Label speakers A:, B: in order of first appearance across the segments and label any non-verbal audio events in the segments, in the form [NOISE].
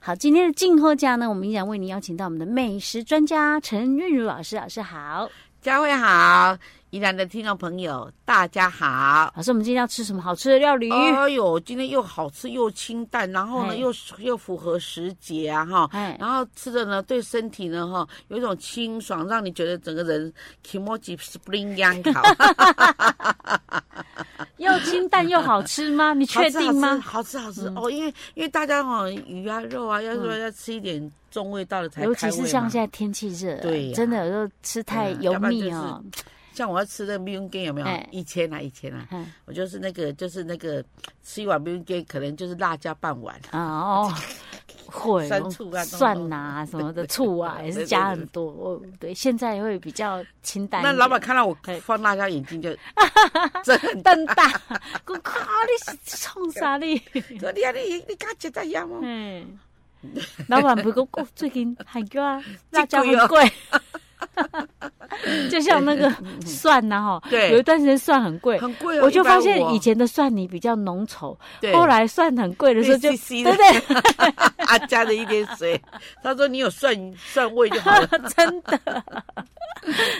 A: 好，今天的静候家呢，我们依然为您邀请到我们的美食专家陈韵如老师，老师好，
B: 佳慧好，宜兰的听众朋友大家好。
A: 老师，我们今天要吃什么好吃的料理？
B: 哎呦，今天又好吃又清淡，然后
A: 哎
B: 呢又又符合时节啊哈，
A: 哎
B: 然后吃的呢对身体呢哈有一种清爽，让你觉得整个人 i m o j i spring young 好，
A: 又清淡又好吃吗？你 [LAUGHS] 确定吗？嗯
B: 好吃好吃好吃好吃哦，因为因为大家哦鱼啊肉啊，要说要吃一点重味道的才开胃
A: 尤
B: 嘛，
A: 其是像现在天气热啊，
B: 对呀
A: 真的有时候吃太
B: 嗯
A: 油
B: 要不然
A: 腻
B: 就是
A: 哦。
B: 像我要吃的 Mion g a 有没有
A: 哎？
B: 一千啊一千啊，
A: 嗯
B: 我就是那个就是那个吃一碗 Mion g a 可能就是辣椒半碗。
A: 啊
B: [LAUGHS]
A: 哦，会
B: 酸
A: 哦
B: 醋啊东
A: 蒜
B: 东
A: 呐什
B: 对
A: 么的
B: 对
A: 醋啊，
B: [LAUGHS] 对
A: 也是
B: 对
A: 加
B: 对
A: 很
B: 对
A: 多。哦对，现在会比较清淡一
B: 那
A: 点。
B: 老板看到我
A: 嘿
B: 放辣椒眼睛就真的很
A: 瞪大， [LAUGHS] 我靠，你是冲啥你？
B: 说你啊你你敢吃这样哦吗？
A: 嗯，老板不过哦，最近很贵
B: [LAUGHS]
A: 啊，辣椒
B: 这贵
A: 很
B: 哦
A: 贵。 [LAUGHS] 就像那个蒜呐，哈，
B: 对
A: 有一段时间蒜很贵，
B: 很贵哦，
A: 我就发现
B: 150
A: 以前的蒜泥比较浓稠，
B: 对
A: 后来蒜很贵的时候就
B: 绿兮兮
A: 对
B: 的
A: 不对？
B: 啊加了一点水，他说你有蒜蒜味就
A: [LAUGHS]
B: 好了，
A: 真的，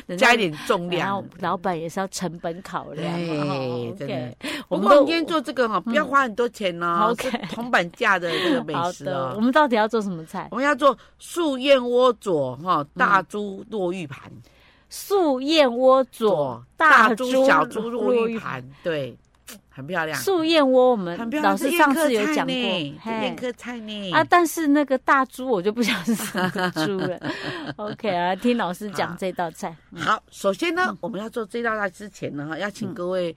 A: 人家
B: [LAUGHS] 加一点重
A: 然后
B: 量。
A: 老板也是要成本考量嘛，
B: 对
A: 哦，
B: 真
A: OK，
B: 的。
A: 我
B: 不
A: 们都嗯
B: 过我们今天做这个哈，不要花很多钱哦，
A: OK
B: 是铜板价的这个美
A: 好
B: 食
A: 的，我
B: 哦。
A: 们到底要做什么菜
B: 我？们要做素燕窝佐哈
A: 嗯
B: 大猪落玉盘，
A: 素燕窝佐
B: 大猪小猪
A: 落
B: 落玉，盘，对，很漂亮。
A: 素燕窝我们
B: 很漂亮，
A: 老师
B: 是
A: 上
B: 宴客
A: 次有
B: 菜
A: 讲过
B: 呢，是
A: 嘿
B: 宴客菜呢。
A: 啊，但是那个大猪我就不想是什么猪
B: [LAUGHS]
A: 了。OK 啊，听老师讲
B: 好
A: 这道菜，
B: 好，首先呢，
A: 嗯
B: 我们要做这道菜之前呢，哈，要请各位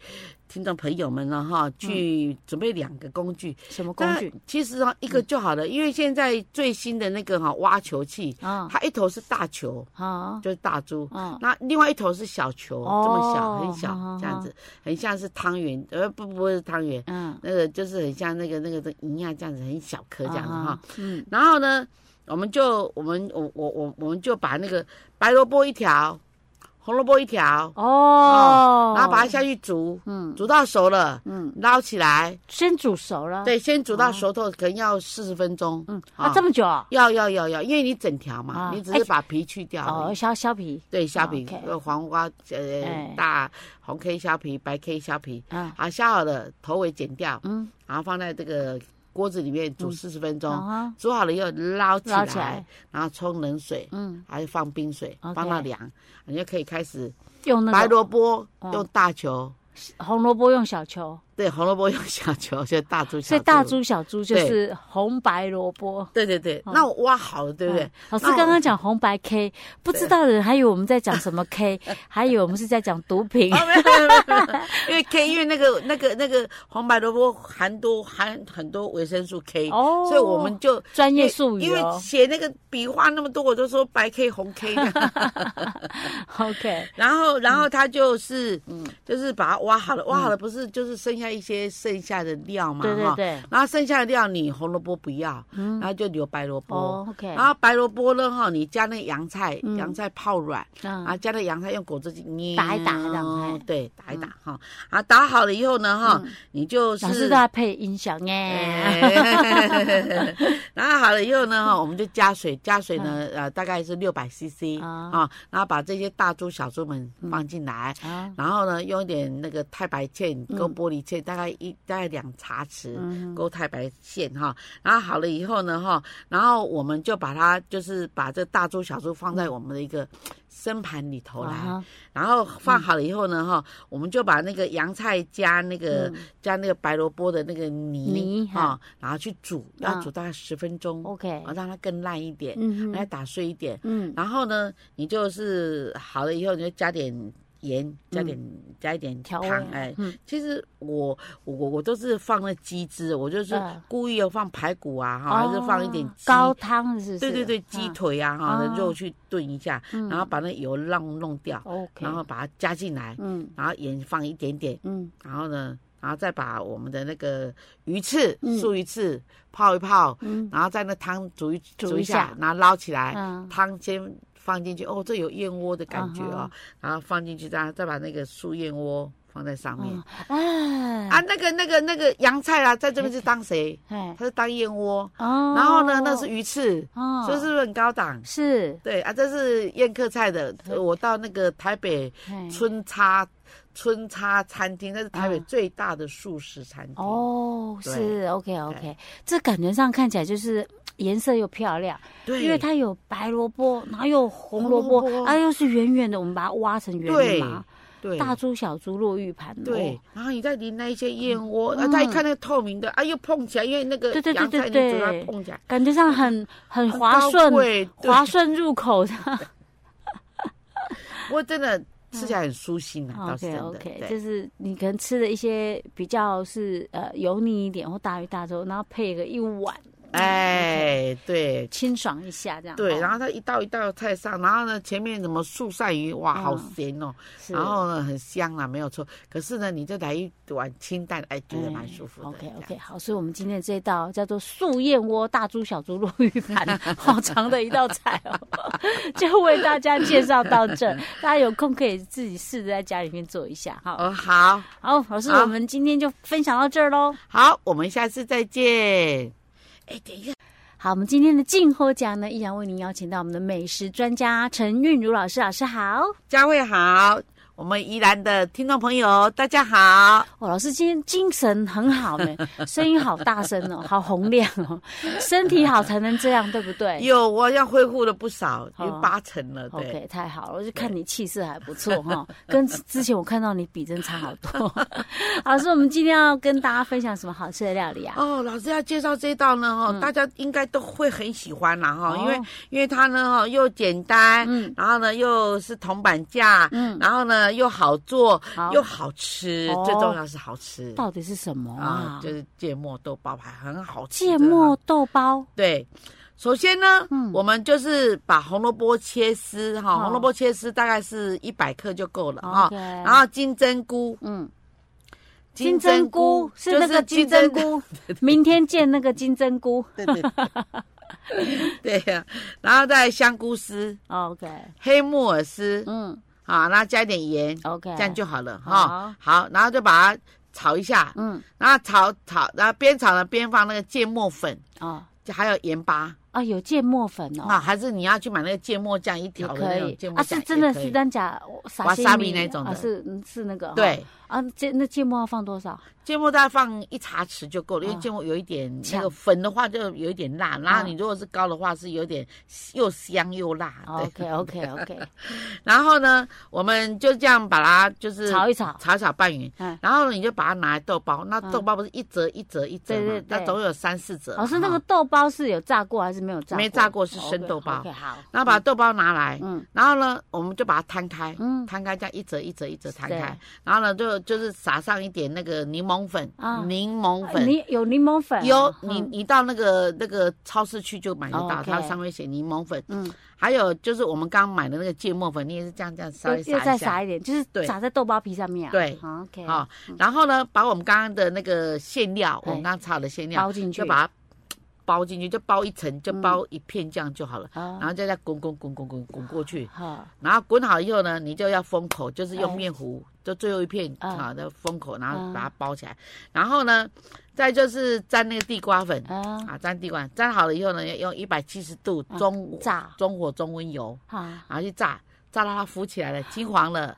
B: 听众朋友们呢，哈，去准备两个工具。
A: 什嗯么工具嗯
B: 那其实啊，一个就好了，因为现在最新的那个哈挖球器，
A: 啊？
B: 它一头是大球，
A: 啊，
B: 就是大猪。
A: 嗯，
B: 那另外一头是小球，这
A: 哦
B: 么小，很小
A: 好好，
B: 这样子，很像是汤圆，呃，不，不是汤圆，
A: 嗯，
B: 那个就是很像那个那个银样这样子，很小颗这样子哈。
A: 嗯，
B: 然后呢，我们就我们我我我我们就把那个白萝卜一条，红萝卜一条，
A: 哦，
B: 然后把它下去煮，
A: 嗯
B: 煮到熟了，
A: 嗯
B: 捞起来，
A: 先煮熟了，，
B: 对，先煮到熟透，可能要四十分钟。
A: 嗯，
B: 啊
A: 啊，这么久啊？
B: 要要要要，因为你整条嘛，
A: 啊
B: 你只是把皮去掉而
A: 哦，
B: 已。
A: 削削皮，
B: 对，虾皮、
A: OK
B: 呃黄瓜、
A: 哎
B: 呃大红 K 虾皮、白 K 虾皮，
A: 嗯
B: 好削好了，头尾剪掉，
A: 嗯，
B: 然后放在这个锅子里面煮四十分钟。
A: 啊，
B: 煮好了以后捞起
A: 捞
B: 来，
A: 起来，
B: 然后冲冷水，
A: 嗯，
B: 还放冰水，
A: OK
B: 放到凉，你就可以开始
A: 用那
B: 白
A: 个
B: 萝卜
A: 嗯
B: 用大球，
A: 红萝卜用小球，
B: 对，红萝卜用小球， [LAUGHS] 就大猪小
A: 所以大，猪小猪就
B: 对
A: 是红白萝卜。
B: 对对对，
A: 嗯
B: 那我挖好了，对不对 [LAUGHS] 啊
A: 嗯？？老师
B: 那我
A: 刚刚讲红白 K，不知道的人还以为我们在讲什么 K，还 [LAUGHS] 以为我们是在讲毒品。
B: 啊，没有没有没有没有，因为 K 因为那个那个那个红白萝卜含多含很多维生素 K，
A: 哦
B: 所以我们就
A: 专业术语
B: 因为
A: 哦
B: 写那个笔画那么多，我就说白 K 红 K [LAUGHS] 这样
A: [LAUGHS] OK，
B: 然后，然后他就是，嗯，就是把它挖好了，挖好了不是就是剩下一些剩下的料
A: 嗯
B: 嘛，
A: 对对
B: 哈
A: 对
B: 然后剩下的料你红萝卜不要，然后就留白萝
A: 嗯哦
B: 卜。
A: ，OK，
B: 然后白萝卜呢，哈，你加那个洋菜，
A: 嗯
B: 洋菜泡软，啊，
A: 嗯，
B: 加那洋菜用果汁机捏
A: 打一打这样嗯嘿
B: 对，打一打哈。啊，打好了以后呢，哈，你啊就是
A: 嗯老师都要配音响耶。 [LAUGHS]
B: [LAUGHS] 哎然后好了以后呢，哈，我们就加水，加水呢，
A: 嗯
B: 呃，大概是六百 CC
A: 啊
B: 啊，然后把这些大猪、小猪们
A: 嗯
B: 放进来，
A: 啊，
B: 然后呢，用一点那个太白芡勾玻璃芡，大概一大概两茶匙
A: 嗯
B: 勾太白芡哈，然后好了以后呢，哈，然后我们就把它就是把这大猪、小猪放在我们的一个生盘里头来，
A: 啊
B: 然后放好了以后呢，哈、我们就把那个洋菜加那个、加那个白萝卜的那个泥
A: 嗯泥
B: 啊、然后去煮，
A: 啊
B: 要煮大概十分钟，
A: ，OK，
B: 啊，让哎它更烂一点，
A: 嗯
B: 让它
A: 哼
B: 打碎一点。
A: 嗯
B: 然后呢，你就是好了以后，你就加点盐，加点、加一点
A: 嗯调
B: 糖
A: 味，
B: 哎。
A: 嗯
B: 其实我我我我都是放那鸡汁，我就是
A: 嗯
B: 故意要放排骨啊，哈、还是放一点
A: 哦
B: 鸡
A: 高汤是不是？
B: 对对对，鸡
A: 嗯
B: 腿啊哈、
A: 啊
B: 的肉去炖一下，然后把那油浪弄掉，
A: ，OK，
B: 然后把它加进来，
A: 嗯
B: 然后盐放一点点，
A: 嗯
B: 然后呢，然后再把我们的那个鱼翅
A: 嗯、
B: 素鱼翅泡一泡，
A: 嗯
B: 然后在那汤煮一
A: 煮
B: 煮
A: 一
B: 一
A: 下
B: 下，然后捞起来，
A: 嗯，
B: 汤先放进去，哦，这有燕窝的感觉
A: 啊
B: 哦，然后放进去，然后再把那个素燕窝放在上面
A: 嗯，哎
B: 啊。那个那个那个洋菜啦，在这边是当谁？
A: 哎
B: 它是当燕窝，
A: 哦，
B: 然后呢，那是鱼翅，
A: 哦，
B: 所以是不是很高档？
A: 是
B: 对啊，这是宴客菜的。呃
A: 嗯
B: 我到那个台北
A: 哎
B: 春叉春叉餐厅，那是台北
A: 嗯
B: 最大的素食餐厅。
A: 哦，
B: 对
A: 是 OK OK，这感觉上看起来就是颜色又漂亮，
B: 对，
A: 因为它有白萝卜，然后有红萝
B: 红萝
A: 卜，
B: 卜
A: 啊，又是圆圆的，我们把它挖成圆的
B: 对
A: 嘛，
B: 对
A: 大猪小猪落玉盘，
B: 对
A: 哦，
B: 然后你再淋那一些燕窝，
A: 嗯
B: 啊，他一看那个透明的，啊，又碰起来，因为那个
A: 对对对
B: 洋菜你
A: 对对
B: 煮它碰起来，
A: 感觉上很很滑
B: 高
A: 顺，
B: 贵对
A: 滑顺入口的。
B: [LAUGHS] 不过真的吃起来很舒心啊，倒是真
A: 嗯 OK
B: 的。
A: OK，
B: 对
A: 就是你可能吃的一些比较是呃油腻一点或大鱼大肉，然后配个一碗
B: 哎，对
A: 清爽一下这样。
B: 对，
A: 哦
B: 然后它一道一道菜上，然后呢前面什么素鳝鱼，哇，
A: 嗯
B: 好咸哦，
A: 是
B: 然后呢很香啊，没有错。可是呢，你再来一碗清淡，哎，觉得蛮舒服的。
A: OK
B: 这
A: OK，
B: 样
A: 好，所以我们今天的这一道叫做素燕窝大猪小猪落玉盘，好长的一道菜哦， [LAUGHS] 就为大家介绍到这，大家有空可以自己试着在家里面做一下哈。
B: 哦，好
A: 好，老师，
B: 好
A: 我们今天就分享到这儿喽。
B: 好，我们下次再见。哎，等一下，
A: 好，我们今天的静候奖呢，依然为您邀请到我们的美食专家陈韵如老师，老师好。
B: 佳慧好，我们宜兰的听众朋友大家好。
A: 哦，老师今天精神很好呢，声音好大声哦，好洪亮哦，身体好才能这样，对不对？
B: 有，我要恢复了不少，已
A: 哎哦
B: 经八成了。对
A: OK，太好了，我就看你气色还不错哈，跟之 [LAUGHS] 之前我看到你比真差好多。 [LAUGHS] 老师，我们今天要跟大家分享什么好吃的料理啊？
B: 哦，老师要介绍这道呢，哦，大家应该都会很喜欢啦，
A: 嗯
B: 哈、
A: 哦
B: 因为因为它呢，哦，又简单，
A: 嗯
B: 然后呢又是铜板价，
A: 嗯
B: 然后呢又好做，
A: 好
B: 又好吃，
A: 哦
B: 最重要是好吃
A: 到底是什么啊，？
B: 啊就是芥末豆包排很好吃
A: 芥
B: 的哈，
A: 末豆包，
B: 对。首先呢，
A: 嗯
B: 我们就是把红萝卜切丝哈，
A: 哦
B: 红萝卜切丝大概是一百克就够了哈。
A: OK
B: 哦然后金针菇，
A: 嗯，金针菇是那
B: 就
A: 个金针，菇， [LAUGHS] 明天见那个金针菇。
B: 对对对 [LAUGHS] 对呀、然后再香菇丝、
A: OK，
B: 黑木耳丝
A: 嗯
B: 啊，然后加一点盐，
A: ，OK，
B: 嗯
A: 嗯
B: 这样就好了
A: 好
B: 哈。好，然后就把它炒一下，
A: 嗯
B: 然后炒炒，然后边炒呢边放那个芥末粉，
A: 哦
B: 就还有盐巴
A: 啊，有芥末粉
B: 啊，
A: 哦，
B: 还是你要去买那个芥末酱一
A: 也
B: 条的
A: 可
B: 那种
A: 以
B: 芥末
A: 啊，是
B: 酱也可以，
A: 真的是单甲撒西
B: wasabi 那种的
A: 啊，是嗯是那个哦
B: 对。
A: 啊，芥那芥末要放多少？
B: 芥末大概放一茶匙就够了，因
A: 哦
B: 为芥末有一点那
A: 呛
B: 个粉的话就有一点辣，然后
A: 嗯
B: 你如果是膏的话是有点又香又辣。 [LAUGHS] 对
A: 哦 OK OK OK，
B: 然后呢，我们就这样把它 [LAUGHS] 就是
A: 炒一炒
B: 炒一炒拌匀，
A: 嗯
B: 然后呢你就把它拿来豆包，那
A: 嗯
B: 豆包不是一折一折一折
A: 对对
B: 嘛
A: 对，
B: 那总有三四折。
A: 老师那个
B: 哈，
A: 豆包是有炸过还是没有炸过？哦
B: 没炸过是生豆包
A: OK，好，
B: 然后把豆包拿来，
A: 嗯
B: 然后呢，我们就把它摊开，
A: 嗯
B: 摊开这样一折一折一折摊
A: 对
B: 开，然后呢就就是撒上一点那个柠檬粉
A: 啊，
B: 柠檬
A: 啊
B: 粉，
A: 你有柠檬粉啊？
B: 有你，
A: 嗯哦
B: 你到那个那个超市去就买得到，
A: OK
B: 它上面写柠檬粉，
A: 嗯，
B: 还有就是我们刚买的那个芥末粉，你也是这样这样稍
A: 又
B: 微
A: 又
B: 撒
A: 再
B: 一下
A: 撒。一嗯点，就是
B: 对
A: 撒在豆包皮上面啊。
B: 对
A: 好，OK，
B: 好，然后呢，把我们刚刚的那个馅料，
A: 哎
B: 我们刚刚炒的馅
A: 包
B: 料，
A: 进去，
B: 就把它包进去，就包一层，就
A: 嗯
B: 包一片这样就好了。然
A: 啊，
B: 后就再滚滚滚滚滚滚过去，
A: 好，
B: 然后滚好以后呢，你就要封口，就是
A: 哎
B: 用面糊，就最后一片
A: 啊
B: 好的封口，然
A: 啊
B: 后把它包起来。然后呢，再就是沾那个地瓜粉，
A: 啊，
B: 啊，沾地瓜，沾好了以后呢，要用一百七十度
A: 啊
B: 中火、
A: 炸
B: 中火中温油，
A: 好，
B: 然后去炸，炸到它浮起来了，金黄了，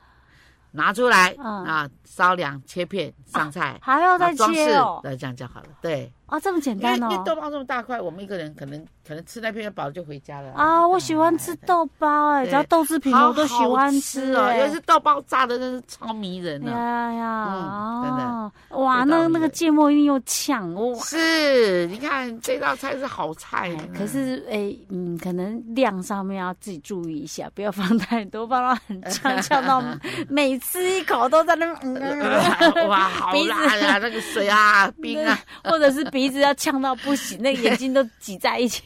B: 拿出来、
A: 嗯
B: 啊，烧凉切片上菜，
A: 还要
B: 然
A: 再
B: 后装
A: 切
B: 饰，
A: 哦，
B: 那这样就好了。对，
A: 啊，这么简
B: 因为
A: 单
B: 因为
A: 哦
B: 豆。包这么大块，我们一个人可能可能吃那片饱就回家了
A: 啊，我喜欢吃。豆包哎，
B: 对
A: 只要豆制
B: 对
A: 品
B: 好
A: 我都喜欢
B: 好
A: 吃
B: 哦，
A: 哎
B: 尤其是豆包炸的，真是超迷人的、
A: 呀呀，
B: 嗯真的
A: 哦，哇，
B: 味道
A: 那
B: 很
A: 那个
B: 美
A: 芥末一定又呛哇！
B: 是，啊你看这道菜是好菜
A: 哎
B: 呢，
A: 可是哎、嗯，可能量上面要自己注意一下，不要放太多，放到很呛，呛到每吃一口都在那边
B: [LAUGHS]
A: 嗯嗯嗯
B: 哇，好
A: 鼻子
B: 辣呀、那个
A: [LAUGHS]
B: 水啊，冰啊，
A: 或者是鼻子要呛到不行，那个眼睛都挤在一
B: [LAUGHS]
A: 起。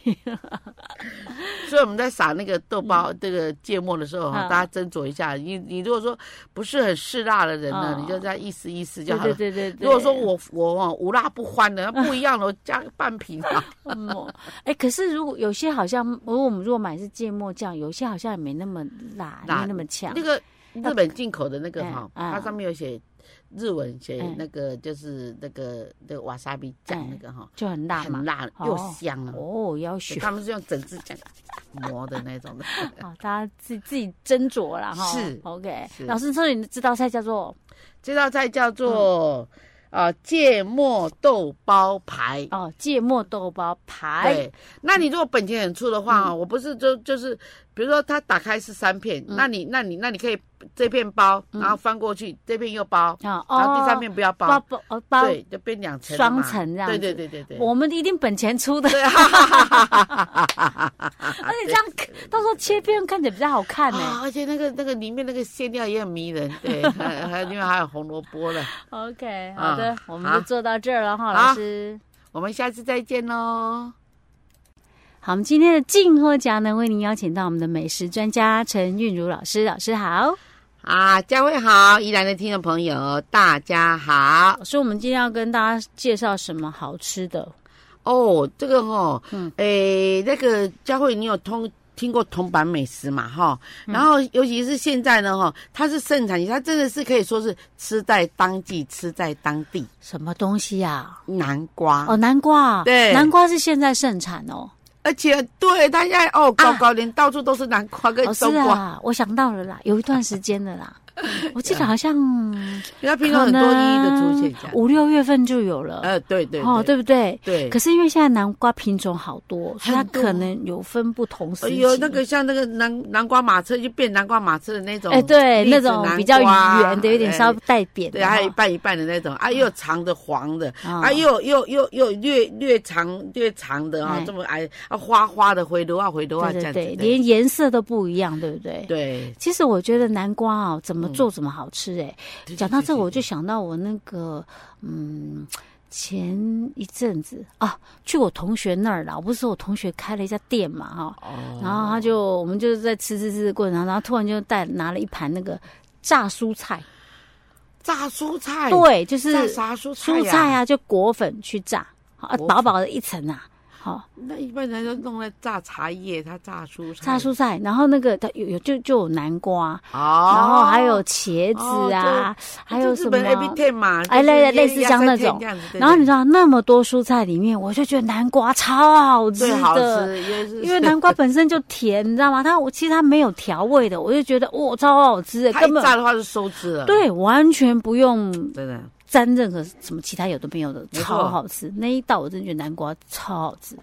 B: 所以我们在撒那个豆包、这个芥末的时候哈，
A: 嗯
B: 大家斟酌一下。你你如果说不是很嗜辣的人呢，
A: 嗯
B: 你就再意思意思就
A: 对
B: 好了。
A: 对对对对。
B: 如果说我我哦无辣不欢的，那不一样了，我加个半瓶啊。
A: 嗯哦，哎、可是如果有些好像，如果我们如果买是芥末酱，有些好像也没那么辣，
B: 辣
A: 没那么呛
B: 那。个日本进口的那个哈，
A: 嗯啊
B: 它上面有写日文，写
A: 嗯
B: 那个就是那个那个瓦萨比酱
A: 嗯
B: 那个哈，
A: 就很辣嘛
B: 很。辣
A: 哦
B: 又香啊。
A: 哦，要学
B: 他们是用整只酱磨的那种的， [LAUGHS]
A: 啊，大家自自己斟酌啦哈。
B: 是
A: ，OK。
B: 是
A: 老师，所以你这道菜叫做
B: 这道菜叫做啊芥末豆包排。
A: 嗯哦芥末豆包排，嗯
B: 对，那你如果本钱很粗的话哦，我不是就就是，比如说它打开是三片，
A: 嗯
B: 那你那你那你可以这片包，然后翻过去，这片又包，
A: 啊
B: 然后第三片不要
A: 嗯包
B: 包，
A: 包哦包，
B: 对，就变两层了嘛
A: 双层这样子
B: 对对对对对。 [LAUGHS]
A: 我们一定本钱出的，
B: 对，
A: [LAUGHS]
B: 啊哈哈哈哈哈哈哈哈哈！
A: 而且这样到时候切片看起来比较好看呢、
B: 啊，而且那个那个里面那个馅料也很迷人，
A: [LAUGHS]
B: 对，还还有另外还有红萝卜了。
A: OK，好的，
B: 啊
A: 我们就
B: 好
A: 做到这儿了哈，
B: 好
A: 老师。
B: 我们下次再见喽。
A: 好，我们今天的静候奖呢，为您邀请到我们的美食专家陈韵如老师，老师好。
B: 啊，嘉惠好，宜兰的听众朋友大家好
A: 老师，我们今天要跟大家介绍什么好吃的？
B: 哦，这个哦，
A: 嗯
B: 嗯，诶，那个嘉惠，你有通听过铜板美食嘛？哈，
A: 嗯
B: 然后尤其是现在呢，哈，它是盛产，它真的是可以说是吃在当季，吃在当地。
A: 什么东西呀、
B: 南瓜，
A: 哦，南瓜，
B: 对
A: 南瓜是现在盛产哦。
B: 而且对它现在哦，高高连到处都是南瓜跟
A: 老师
B: 冬瓜，
A: 啊，我想到了啦，有一段时间的
B: [LAUGHS]
A: 啦，我记得好像
B: 因为它平常很多一一的出现，这样。
A: 五六月份就有了，
B: 呃，对对
A: 哦，对不对？
B: 对
A: 可。是因为现在南瓜品种好多，所以它
B: 很多
A: 可能有分不同时
B: 哎
A: 期。
B: 呦，那个像那个南南瓜马车就变南瓜马车的那种，
A: 哎，对，
B: 栗
A: 那
B: 子
A: 种
B: 南
A: 比较
B: 瓜
A: 圆的，有点
B: 哎
A: 稍微带扁的
B: 对，
A: 哈。
B: 还有一半一半的那种，啊，又长的黄的，
A: 啊
B: 啊，又又又又略略长略长的啊
A: 哎，
B: 这么矮啊，花花的回头啊回头啊这
A: 嗯对对
B: 样
A: 对，
B: 子，
A: 连颜色都不一样，对不对？。
B: 对，嗯
A: 其实我觉得南瓜哦，怎么做怎么好吃哎、讲到这，我就想到我那个，嗯，前一阵子啊，去我同学那儿啦。我不是说我同学开了一家店嘛，哈、
B: 哦，
A: 然后他就我们就是在吃吃吃的过程当中，然后突然就带拿了一盘那个炸蔬菜，
B: 榨蔬菜，，
A: 对，就是
B: 榨啥哎蔬菜
A: 蔬菜
B: 啊？
A: 啊，就裹粉去炸，好
B: 裹粉
A: 薄薄的一层啊，好。
B: 那一般人都弄来榨茶叶，他榨蔬菜，
A: 炸蔬菜，然后那个它有有就就有南瓜，
B: 哦，
A: 然后还有茄子啊，还有
B: 就
A: 什
B: 日
A: 么
B: 本 A B T 嘛，
A: 哎
B: 就是
A: 类
B: 椰
A: 类似
B: 椰
A: 像那
B: 菜片
A: 种
B: 这样子，对
A: 然后你知
B: 对
A: 道那么多蔬菜里面，我就觉得南瓜超好吃
B: 最好
A: 的，
B: 吃，也是
A: 因为南瓜本身就甜，你知道吗？它我其实它没有调味的，我就觉得哇、超好吃的，
B: 它一
A: 根本
B: 炸的话就收汁了，，
A: 对完全不用
B: 真的。
A: 沾任何什么其他有的没有的，
B: 没错
A: 超好吃。那一道我真的觉得南瓜超好吃。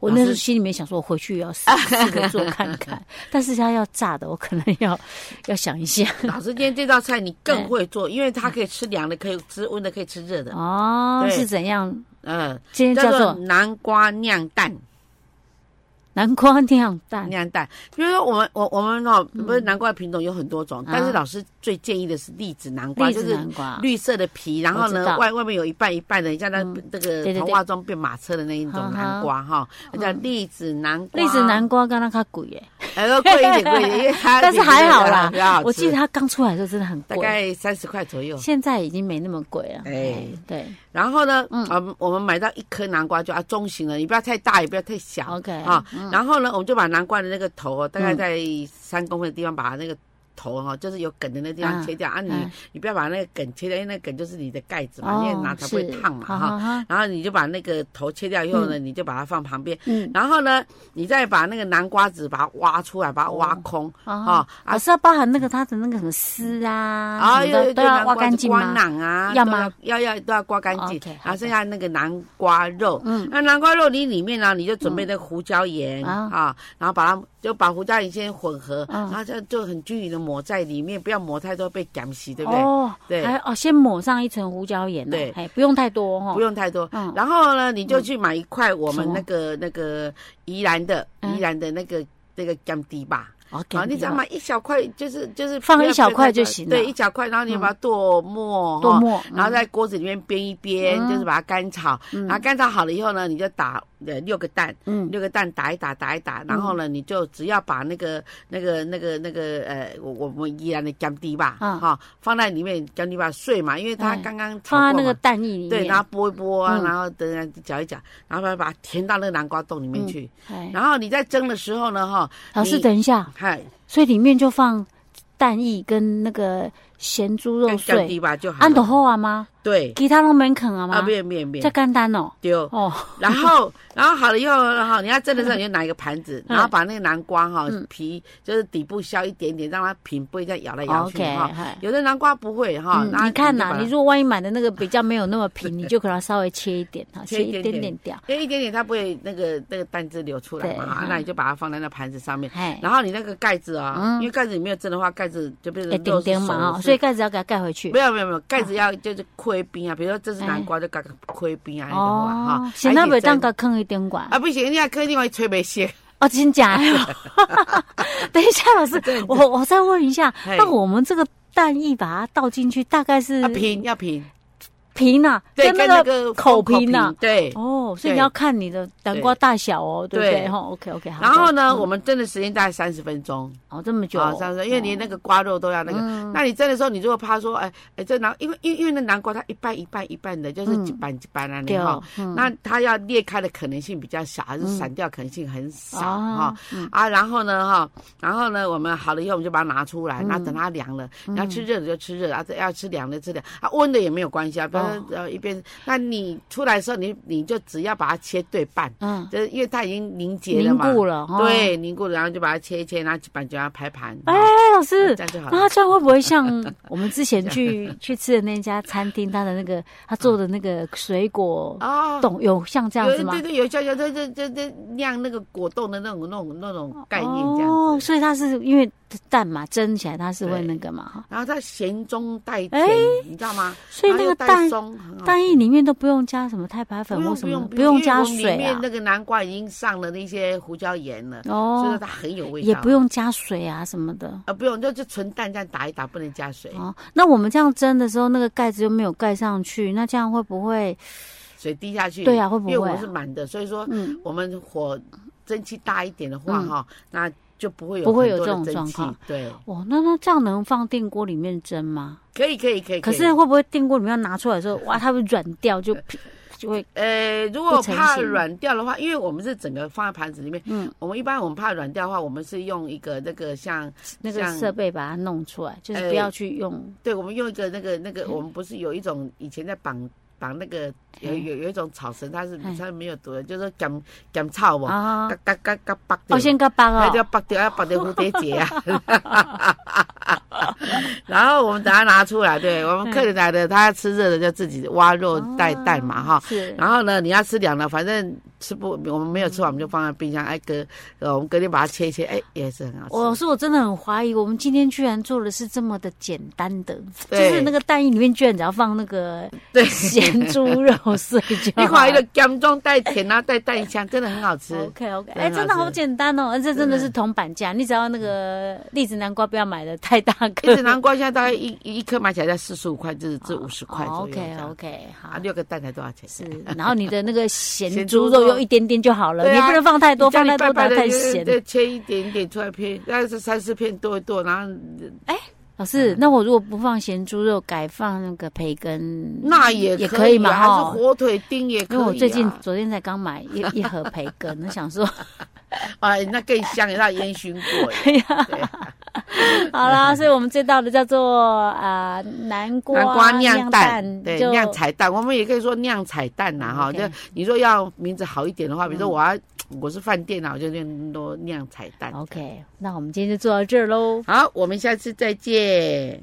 A: 我
B: 老
A: 那时候
B: 师
A: 心里面想说，我回去也要
B: [LAUGHS]
A: 试试着做看看，但是它要炸的，我可能要 [LAUGHS] 要想一下。
B: 老师，今天这道菜你更会做，因为它可以吃凉的，可以吃温的，可以吃热的。
A: 哦，
B: 对
A: 是怎样？
B: 嗯，
A: 今天
B: 叫
A: 叫做
B: 做南瓜酿蛋，
A: 南瓜酿蛋。
B: 酿蛋。比如说我们我我们哦，不
A: 嗯
B: 是南瓜的品种有很多种，
A: 啊
B: 但是老师最建议的是栗子南瓜，
A: 栗
B: 就
A: 子
B: 是
A: 南瓜，
B: 绿色的皮，然后
A: 我知道
B: 呢外外面有一半一半的，像那那
A: 对
B: 个
A: 对
B: 童话中变马车的那一种
A: 嗯哼
B: 南瓜哈，它叫栗子南瓜。
A: 栗子南瓜刚刚它贵耶，
B: 哎，要贵一点贵一点，因为它
A: 但是还好啦
B: 比较好吃
A: 我记得它刚出来的时候真的很
B: 大
A: 贵，
B: 概三十块左右。
A: 现在已经没那么贵了。
B: 哎
A: 哎，对
B: 然后呢，嗯，我们买到一颗南瓜就啊中型的，你不要太大，也不要太小。
A: ，OK
B: 啊，然后呢，我们就把南瓜的那个头哦，大概在三公分的地方，把它那个头哈，就是有梗的那地方切掉啊。你
A: 嗯
B: 你不要把那个梗切掉，因为那梗就是你的盖子嘛，因为拿它会烫嘛哈。
A: 哈。
B: 然后你就把那个头切掉以后呢，你就把它放旁边。
A: 嗯，
B: 然后呢，你再把那个南瓜籽把它挖出来，把它挖空
A: 啊
B: 啊
A: 哈，老师要包含那个它的那个什么丝啊，
B: 啊，
A: 什么
B: 要
A: 的都要挖干净
B: 瓜
A: 吗？
B: 囊啊，
A: 要
B: 都
A: 吗？
B: 要要都要刮干净
A: OK，，好
B: 然
A: 的
B: 后剩下那个南瓜肉，
A: 嗯，
B: 那南瓜肉你里面呢，你就准备那个胡椒盐
A: 啊
B: 啊，然后把它就把胡椒盐先混合，
A: 嗯
B: 然后就就很均匀的抹在里面，不要抹太多被干洗，对不对？
A: 哦，
B: 对
A: 还哦，先抹上一层胡椒盐哦，
B: 对
A: 哎，不用太多哦，
B: 不用太多
A: 嗯，
B: 然后呢，你就去买一块我
A: 什
B: 们
A: 么
B: 那个那个宜兰的
A: 嗯
B: 宜兰的那个那个干底吧，
A: 哦，
B: 好，你只要
A: 讲
B: 买一小块，就是就是
A: 放
B: 不要
A: 一小块
B: 不要
A: 就行了
B: 对，一小块，然后你把它剁末，
A: 多
B: 哈
A: 末，
B: 然后在锅子里面煸一煸，
A: 嗯
B: 就是把它干炒，然后干炒好了以后呢，你就打呃六个蛋，
A: 嗯
B: 六个蛋打一打打一打，然后呢，你就只要把那个那个那个那个呃，我我们依然的姜滴吧，
A: 嗯
B: 哈，放在里面姜滴吧碎嘛，因为它
A: 哎
B: 刚刚炒
A: 放在
B: 过
A: 那个
B: 嘛
A: 蛋液里面，
B: 对，然后拨一拨啊，
A: 嗯
B: 然后等下搅一搅，然后把它填到那个南瓜洞里面
A: 嗯
B: 去，
A: 哎
B: 然后你在蒸的时候呢，哈，哎
A: 老师
B: 你
A: 等一下，
B: 嗨，
A: 所以里面就放蛋液跟那个咸猪肉
B: 跟降
A: 碎，
B: 低吧就好
A: 安都
B: 了。
A: 好啊吗？
B: 对，
A: 其他拢免啃啊
B: 啊，
A: 吗？
B: 变变
A: 这
B: 变，
A: 简单哦。
B: 丢。 [LAUGHS]
A: 哦，
B: 然后，然后好了以后，然后你要真的是你就拿一个盘子，
A: 嗯
B: 然后把那个南瓜哈
A: 嗯
B: 皮就是底部削一点点，让它平，不会再咬来咬
A: 哦
B: 去
A: OK，
B: 哈。
A: 嗨
B: 有的南瓜不会哈，
A: 嗯
B: 然后
A: 你看
B: 就
A: 呐，
B: 把它
A: 你如果万一买的那个比较没有那么
B: [LAUGHS]
A: 平，你就可能稍微切一点哈，
B: 切
A: 切
B: 一
A: 一
B: 点
A: 点
B: 点
A: 点掉。
B: 因为一点点它不会那个那个蛋汁流出来嘛
A: 对
B: 哈，
A: 嗯
B: 那你就把它放在那盘子上面。
A: 哎，
B: 然后你那个盖子啊、
A: 嗯
B: 因为盖子你没有蒸的话，盖子就变
A: 哎，
B: 成
A: 顶
B: 肉是
A: 顶
B: 熟
A: 嘛
B: 的
A: 哦，
B: 是
A: 所以盖子要给它盖回去
B: 没。有没有没有，盖子要就是亏冰啊，比如说这是南瓜就给它亏冰啊，那种啊哈。
A: 是哎哦那
B: 啊一
A: 袂
B: 起蒸
A: 当个坑一点管
B: 啊，不行，你要坑另外吹没线。
A: 哦，真
B: [LAUGHS]
A: 假的 [LAUGHS] 哦？等一下，老师，我我再问一下，
B: 嘿
A: 那我们这个蛋液把它倒进去，大概是
B: 啊，平要平，
A: 平啊，
B: 对，
A: 跟
B: 跟
A: 嗯那
B: 那
A: 个
B: 个
A: 口
B: 瓶
A: 瓶啊
B: 对。
A: 哦，所以你
B: 对
A: 要看你的南瓜大小哦，对不对？
B: 对
A: 哈，OK OK。好
B: 然后呢，
A: 嗯
B: 我们蒸的时间大概三十分钟
A: 哦这么久
B: 啊，，三十，因为你那个瓜肉都要那个。
A: 嗯
B: 那你蒸的时候，你如果怕说，哎哎，这南，因为因为因为那南瓜它一半一半一半的，就是
A: 嗯
B: 几瓣几瓣啊，你
A: 对
B: 哈
A: 哦，，嗯
B: 那它要裂开的可能性比较小，还是
A: 嗯
B: 散掉可能性很少哈
A: 啊。，嗯
B: 啊，然后呢，哈，然后呢，我们好了以后，我们就把它拿出来，
A: 嗯
B: 那等它凉了，你要吃热的就吃热的，啊，这要吃凉的吃凉，啊，温的也没有关系啊，不要
A: 哦
B: 呃一边。那你出来的时候，你你就只要把它切对半，
A: 嗯，
B: 就是因为它已经凝结了
A: 凝
B: 嘛，
A: 固了哦哈。
B: 对，凝固了，然后就把它切一切，拿几板就要排盘，
A: 哎
B: 哈，
A: 老师
B: 这，样就好了
A: 那。这样会不会像
B: [LAUGHS]
A: 我们之前去去吃的那家餐厅，它的那个他做的那个水果
B: 哦，
A: 冻有像这样子
B: 有
A: 吗
B: 对？对有效有这这这这酿那个果冻的那种那种那种概念这
A: 哦，
B: 样子，
A: 所以它是因为蛋嘛蒸起来它是会
B: 对
A: 那个嘛，哈
B: 然后它咸中带甜
A: 哎，
B: 你知道吗？
A: 所以那
B: 然后
A: 个
B: 又
A: 蛋
B: 带松，哦很好吃
A: 蛋液里面都不用加什么太白粉或什么，用加
B: 因为我们里
A: 水
B: 面
A: 啊，
B: 那个南瓜已经上了那些胡椒盐了，所以说
A: 哦，
B: 它很有味道。
A: 也不用加水啊什么的。
B: 啊，不用，就就纯蛋这样打一打，不能加水，
A: 哦，那我们这样蒸的时候，那个盖子又没有盖上去，那这样会不会？
B: 水滴下去。
A: 对啊会不会啊
B: 因为我们是满的，所以说
A: 嗯，
B: 我们火蒸汽大一点的话，
A: 嗯
B: 哈、那就不会有
A: 不会有
B: 很多的
A: 这种
B: 蒸汽
A: 状况。
B: 对，
A: 哦，那那这样能放电锅里面蒸吗？
B: 可以，可以，可以。
A: 可
B: 以
A: 是会不会电锅里面要拿出来的时候，哇，它会软掉，就 [LAUGHS] 就会
B: 呃，如果
A: 不成
B: 怕
A: 型
B: 软掉的话，因为我们是整个放在盘子里面，
A: 嗯，
B: 我们一般我们怕软掉的话，我们是用一个那个像，
A: 那个
B: 像
A: 设备把它弄出来，就是
B: 呃
A: 不要去用。
B: 对，我们用一个那个那
A: 嗯
B: 个，我们不是有一种以前在绑绑那个有
A: 嘿
B: 有有一种草绳，它是
A: 嘿
B: 它是没有毒的，就是讲讲草嘛，
A: 啊
B: 嘎，嘎嘎嘎绑
A: 哦，先个帮
B: 它就要
A: 哦，
B: 绑掉，要绑掉蝴蝶结啊。 [LAUGHS] 然后我们等它拿出来，对我们客人来的，他要吃热的就自己挖肉带蛋嘛哈。
A: 哦是，
B: 然后呢，你要吃凉的，反正吃不，我们没有吃完，我们就放在冰箱。哎，隔，呃，我们隔天把它切一切，哎，也是很好吃。
A: 我说我真的很怀疑，我们今天居然做的是这么的简单的，就
B: 对
A: 是那个蛋液里面居然只要放那个
B: 对
A: 咸猪肉碎就好。
B: [LAUGHS] 你看一个姜中带甜啊，带蛋香，真的很好吃。
A: [LAUGHS] OK OK，
B: 真的
A: 哎，
B: 好
A: 真的好
B: 吃
A: 简单哦，而且真的是铜板价，你只要那个栗子南瓜不要买的太大
B: 嗯一
A: 个
B: 只，南瓜现在大概一一颗买起来在四十五块至至五十块左右
A: 哦
B: 这
A: OK
B: 样。
A: OK，好
B: 啊，。六个蛋才多少钱？
A: 是，然后你的那
B: [LAUGHS]
A: 个咸
B: 咸
A: 猪
B: 猪
A: 肉
B: 肉
A: 用一点点就好了，
B: 对
A: 你
B: 啊
A: 不能放太多，
B: 家
A: 放
B: 里
A: 太多
B: 拜拜
A: 它
B: 的
A: 太
B: 就是
A: 咸。
B: 对，切一点点出来片，大概是三四片剁一剁，然后
A: 老师，
B: 嗯
A: 那我如果不放咸猪肉，改放那个培根，
B: 那也
A: 也可
B: 可
A: 以
B: 以
A: 嘛
B: 啊还
A: 哈
B: 是火腿丁也可以
A: 因
B: 啊。
A: 为我最近昨天才刚买
B: [LAUGHS]
A: 一一盒培根，我想说，
B: 哎，那更香，那烟熏过耶。
A: 哎呀，
B: 对啊
A: 好啦，所以我们这道的叫做啊南 [LAUGHS] 瓜
B: 南瓜酿蛋，对，
A: 就嗯
B: 酿彩蛋，我们也可以说酿彩蛋呐哈。就
A: OK 嗯
B: 你说要名字好一点的话，比如说我要我是饭店啊，我就用多酿彩蛋。
A: OK，那我们今天就做到这儿喽。
B: 好，我们下次再见。